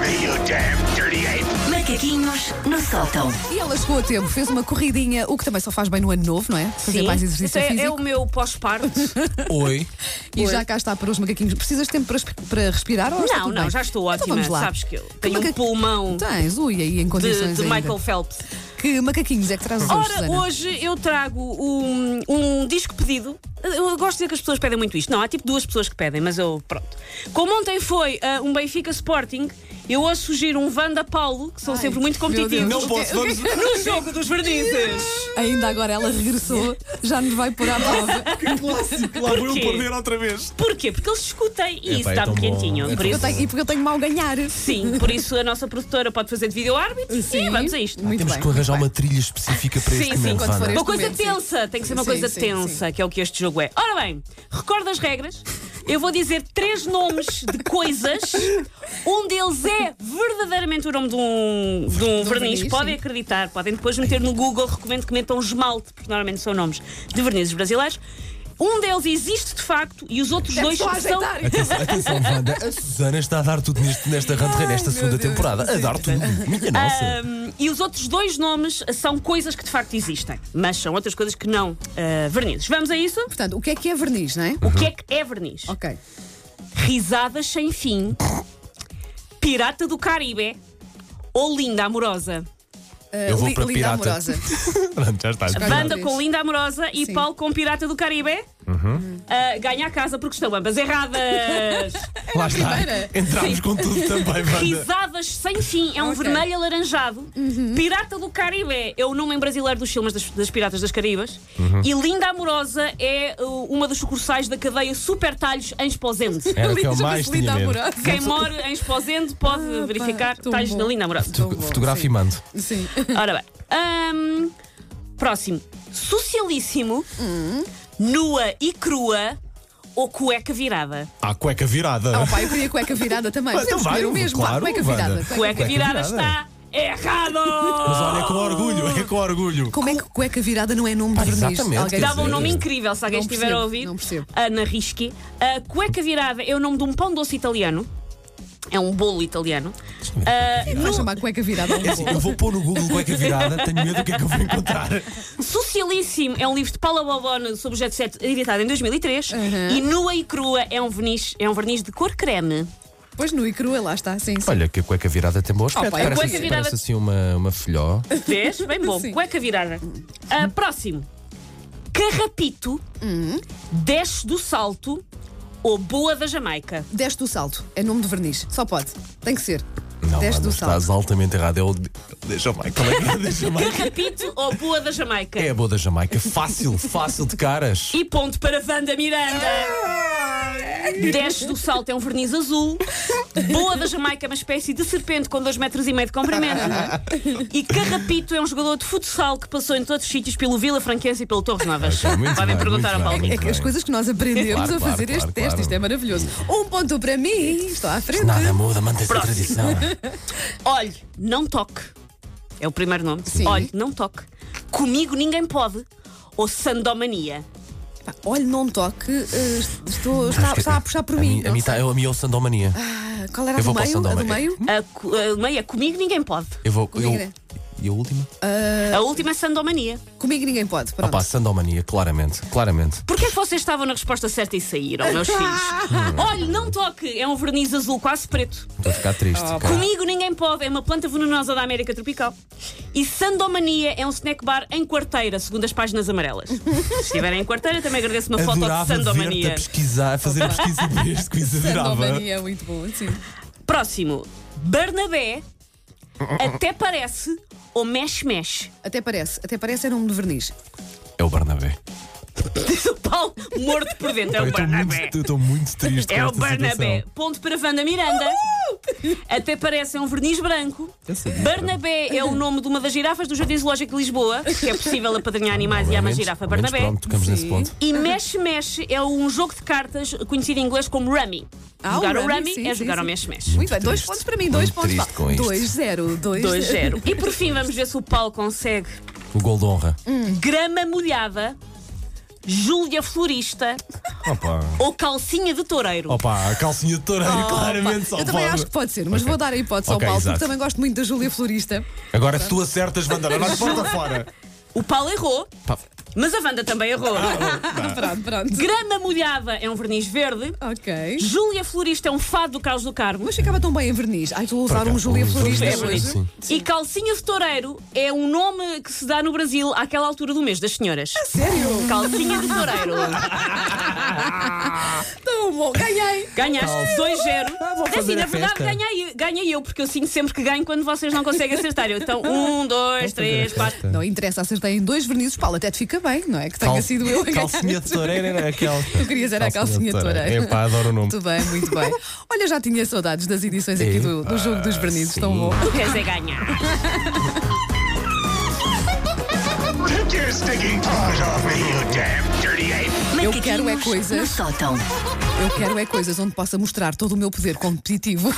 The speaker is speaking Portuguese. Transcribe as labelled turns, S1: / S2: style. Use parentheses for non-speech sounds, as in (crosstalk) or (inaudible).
S1: me, you damn dirty ape!
S2: Macaquinhos no sótão.
S3: E ela chegou a tempo, fez uma corridinha, o que também só faz bem no ano novo, não é? Fazer
S4: Sim.
S3: mais exercício
S4: Então é, é
S3: físico.
S4: o meu pós-parto.
S3: (laughs)
S5: Oi.
S3: E já cá está para os macaquinhos. Precisas de tempo para, respi- para respirar ou está
S4: não,
S3: tudo
S4: não,
S3: bem?
S4: já estou
S3: Então
S4: ótima.
S3: vamos lá.
S4: Sabes que eu tenho
S3: maca-
S4: um pulmão
S3: Tens, ui, aí em
S4: de,
S3: condições
S4: de
S3: ainda.
S4: Michael Phelps.
S3: Que macaquinhos é que trazes hoje,
S4: Ora,
S3: Susana?
S4: hoje eu trago um, um disco pedido. Eu gosto de dizer que as pessoas pedem muito isto. Não, há tipo duas pessoas que pedem, mas eu, pronto. Como ontem foi ah, um Benfica Sporting, eu hoje sugiro um Vanda Paulo, que são
S3: Ai,
S4: sempre muito
S3: meu
S4: competitivos.
S3: Deus.
S5: Não é um posso, vamos.
S4: No jogo dos vernizes.
S3: Ainda agora ela regressou, já nos vai pôr à prova.
S5: (laughs) Que clássico, lá vou eu
S4: Porquê?
S5: perder outra vez.
S4: Porquê? Porque eles escutem e
S5: Epá,
S4: isso
S5: é
S4: dá-me
S5: tão bom.
S4: quentinho. Por
S5: É tão
S3: Eu
S4: isso,
S3: tenho- e porque eu tenho mal ganhar.
S4: sim, por isso a nossa produtora pode fazer de vídeo-árbitro.
S3: Sim.
S4: E vamos a isto.
S3: Muito
S5: Temos
S3: bem.
S5: que arranjar uma trilha específica para
S4: Sim,
S5: este
S4: sim,
S5: momento,
S3: quando for
S5: Vanda.
S3: este-
S4: Uma coisa
S3: momento, sim.
S4: tensa, tem que ser uma
S3: Sim,
S4: coisa
S3: sim,
S4: tensa, que é o que este jogo é. Ora bem, recordo as regras. Eu vou dizer três nomes de coisas. Um deles é verdadeiramente o nome de um, de um verniz.
S3: verniz,
S4: Podem
S3: sim.
S4: acreditar, podem depois meter no Google. Recomendo que metam esmalte, porque normalmente são nomes de vernizes brasileiros. Um deles existe de facto e os outros
S3: Deve
S4: dois
S3: É só
S4: são.
S3: aceitar.
S5: Atenção, atenção, Wanda. A Susana está a dar tudo neste, nesta ranterra, nesta
S3: meu
S5: segunda
S3: Deus,
S5: temporada. A
S3: sim.
S5: dar tudo. Minha nossa.
S4: Ahm, e os outros dois nomes são coisas que de facto existem, mas são outras coisas que não ah, vernizes. Vamos a isso?
S3: Portanto, o que é que é verniz, não é?
S4: O que é que é verniz?
S3: Ok.
S4: Risadas sem fim. Pirata do Caribe. Ou Linda Amorosa.
S3: Eh,
S5: Eu vou
S3: li-
S5: para
S3: linda
S5: pirata. (laughs)
S3: amorosa.
S5: Pronto, já estás.
S3: Vai.
S4: Banda
S3: Três.
S4: com Linda Amorosa e
S3: Sim.
S4: Paulo com Pirata do Caribe. Ah, ganha a casa porque estão ambas erradas.
S5: Lá está.
S3: primeira.
S5: Entramos com tudo também, Wanda.
S4: Risadas sem fim. É um
S3: Ok. Uhum.
S4: vermelho alaranjado. Pirata do Caribe é o nome em brasileiro dos filmes das, das Piratas das Caribas. E Linda Amorosa é uh, uma dos sucursais da cadeia Super Talhos em Esposende.
S3: (laughs)
S5: Era o que eu
S3: Chama-se
S5: mais
S3: linda
S5: tinha medo.
S3: amorosa.
S4: Quem mora em Esposende pode
S3: Ah, pá,
S4: verificar
S3: tão
S4: Talhos
S3: bom.
S4: da Linda Amorosa.
S3: Tão bom,
S5: Fotografia
S3: sim.
S5: e mando.
S3: Sim.
S4: Ora bem. Ahm, próximo. Socialíssimo, nua e crua ou cueca virada?
S5: À cueca virada.
S3: Ah, pá, eu queria cueca virada também.
S5: Então
S3: Podemos
S5: vai,
S3: escolher o mesmo. Vá,
S5: claro,
S3: cueca
S5: Wanda.
S3: virada.
S4: Cueca,
S5: Cueca
S4: virada,
S5: virada.
S4: está errado!
S5: Mas olha, é com orgulho, é com orgulho.
S3: Como é que cueca virada não é nome de
S5: Ah,
S3: verniz?
S5: exatamente,
S3: Alguém-
S5: quer
S4: Dava um
S5: dizer-
S4: nome incrível, se alguém
S3: Não
S4: estiver
S3: percebo,
S4: a ouvir. Ah,
S3: não percebo.
S4: Ana Rischi. A Ah, cueca virada é o nome de um pão doce italiano. É um bolo italiano. Ah,
S3: Vai
S4: nu-
S3: chamar cueca virada a um
S5: É assim,
S3: bolo.
S5: eu vou pôr no Google cueca virada, tenho medo do que é que eu vou encontrar.
S4: Socialíssimo é um livro de Paula Bobone sobre o Jet Set, editado em 2003.
S3: Uhum.
S4: E Nua e Crua é um verniz, é um verniz de cor creme.
S3: Pois nu e crua, lá está. Sim, sim.
S5: Olha, que a cueca virada tem boas
S3: pá, a
S4: cueca virada-
S5: assim uma, uma filhó.
S4: Vês? Bem bom.
S3: Sim.
S4: Cueca virada. Ah, próximo. Carrapito, desce do salto ou boa da Jamaica.
S3: Desce do salto. É nome de verniz. Só pode. Tem que ser.
S5: Não,
S3: Desce do
S5: mano, estás
S3: salto.
S5: altamente errado. É o. de- Deixa eu Como é que
S3: (laughs)
S5: é? Deixa eu
S4: Carrapito ou boa da Jamaica.
S5: É a boa da Jamaica. Fácil, fácil de caras.
S4: E ponto para Wanda Miranda. Desce do salto é um verniz azul. Boa da Jamaica é uma espécie de serpente com 2 metros e meio de comprimento. E Carrapito é um jogador de futsal que passou em todos os sítios pelo Vila Franquense e pelo Torres Novas.
S5: Ok, muito
S4: Podem
S5: bem,
S4: perguntar
S5: muito
S4: ao
S5: bem.
S4: Paulinho.
S3: É que as
S5: bem.
S3: coisas que nós aprendemos
S5: Claro,
S3: a fazer
S5: claro,
S3: este
S5: claro,
S3: teste,
S5: claro.
S3: isto é maravilhoso. Um ponto para mim, estou à frente.
S5: Nada muda, mantém-se a
S4: Pronto.
S5: tradição.
S4: Olhe, não toque. É o primeiro nome.
S3: Sim.
S4: Olhe, não toque. Comigo ninguém pode. Ou sandomania.
S3: Pá, Ah, olha, não toque, eh, estou, está,
S5: Acho que-
S3: está a puxar por
S5: a
S3: mim.
S5: mim, a
S3: não
S5: mim
S3: sei.
S5: tá- eu- a mim é o sandomania.
S3: Ah, Qual era a
S5: Eu
S3: do
S5: vou para o
S3: meio? A do
S5: Sandom, é-
S3: meio?
S4: A, co- a meia, comigo ninguém pode.
S5: Eu vou.
S3: Como é que
S5: Eu,
S3: era?
S5: e a última?
S4: A última é sandomania.
S3: Comigo ninguém pode.
S5: Ah,
S3: Pronto.
S5: pá, sandomania, claramente, claramente.
S4: Porquê é que vocês estavam na resposta certa e saíram, meus filhos? Olhe, não toque. É um verniz azul quase preto.
S5: Estou a ficar triste.
S4: Ah,
S5: cara.
S4: Comigo ninguém pode. É uma planta venenosa da América Tropical. E sandomania é um snack bar em quarteira, segundo as páginas amarelas. Se estiverem em quarteira, também agradeço uma foto de
S5: Adorava ver-te a
S4: sandomania.
S5: pesquisar, a fazer a pesquisa deste quiz, adorava.
S3: Sandomania é muito bom, sim.
S4: Próximo, Bernabé até parece ou mexe mexe.
S3: Até parece, até parece é nome de verniz.
S5: É o Bernabé.
S4: Diz o Paulo morto por dentro. É
S5: Eu
S4: o
S5: estou
S4: Bernabé.
S5: muito, eu tô muito triste
S4: É o
S5: com esta
S4: Bernabé.
S5: situação.
S4: Ponto para Wanda Miranda. Até parece é um verniz branco.
S5: Eu sabia.
S4: Bernabé é o nome de uma das girafas do Jardim Zoológico de Lisboa, que é possível apadrinhar animais e há uma
S5: Menos-
S4: girafa
S5: menos,
S4: Bernabé.
S5: Pronto, tocamos nesse
S3: Sim.
S5: ponto.
S4: E mexe mexe é um jogo de cartas conhecido em inglês como rummy.
S3: Ah, o
S4: jogar o
S3: rummy,
S4: rummy
S3: sim,
S4: é
S3: sim,
S4: jogar ao
S3: sim.
S4: mexe mexe.
S3: Muito bem, dois
S5: triste.
S3: pontos para mim, dois
S5: Muito
S3: pontos.
S5: triste com isto.
S3: 2-0, 2-0. (laughs)
S4: 2-0. E por fim, vamos ver se o Paulo consegue
S3: Hum.
S5: O gol de honra.
S4: grama molhada, Júlia Florista
S5: Opa.
S4: ou Calcinha de Toureiro.
S5: Opa, a calcinha de toureiro, claramente só
S3: Eu também
S5: pode.
S3: acho que pode ser, mas
S5: Ok.
S3: vou dar a hipótese ao
S5: Ok,
S3: Paulo,
S5: exato.
S3: porque também gosto muito da Júlia
S5: (laughs)
S3: Florista.
S5: Agora, se tu acertas, Vandana, nós porta fora.
S4: O Paulo errou,
S5: Pá,
S4: mas a Wanda também errou.
S5: Ah,
S3: Ah, Pronto, pronto.
S4: Grama molhada é um verniz verde.
S3: Ok.
S4: Júlia Florista é um fado do Carlos do Carmo.
S3: Mas ficava tão bem em verniz. Ai, estou a usar um
S5: acaso,
S3: Júlia
S5: um
S3: Florista
S5: Júlia
S3: hoje.
S5: Florista, sim.
S4: E calcinha de toureiro é um nome que se dá no Brasil àquela altura do mês das senhoras.
S3: Sério?
S4: Calcinha de toureiro.
S3: Tão bom. Ganhei.
S4: Ganhaste 2-0.
S5: Ah, vou
S4: É
S5: fazer
S4: assim, na
S5: a
S4: verdade,
S5: festa.
S4: ganhei, ganhei eu, porque eu sinto sempre que ganho quando vocês não conseguem acertar. Eu, Então, 1, 2, 3, 4.
S3: Não interessa, acertei em dois vernizes. Paulo, até te fica bem, não é? Que tenha
S5: Cal-
S3: sido eu a ganhar.
S5: Calcinha de toureiro
S3: (laughs)
S5: era aquela.
S3: Tu querias era a calcinha de toureiro.
S5: É pá, adoro o nome.
S3: Muito bem, muito bem. Olha, já tinha saudades das edições aqui do, do jogo
S5: Ah,
S3: dos vernizes. Tão bom.
S4: Tu queres é ganhar.
S1: Take your stinking paws off me, you damn dirty ape!
S2: Macaquinhos
S3: quero é coisas.
S2: no sótão.
S5: (laughs)
S3: (laughs) Eu quero é coisas onde possa mostrar todo o meu poder competitivo.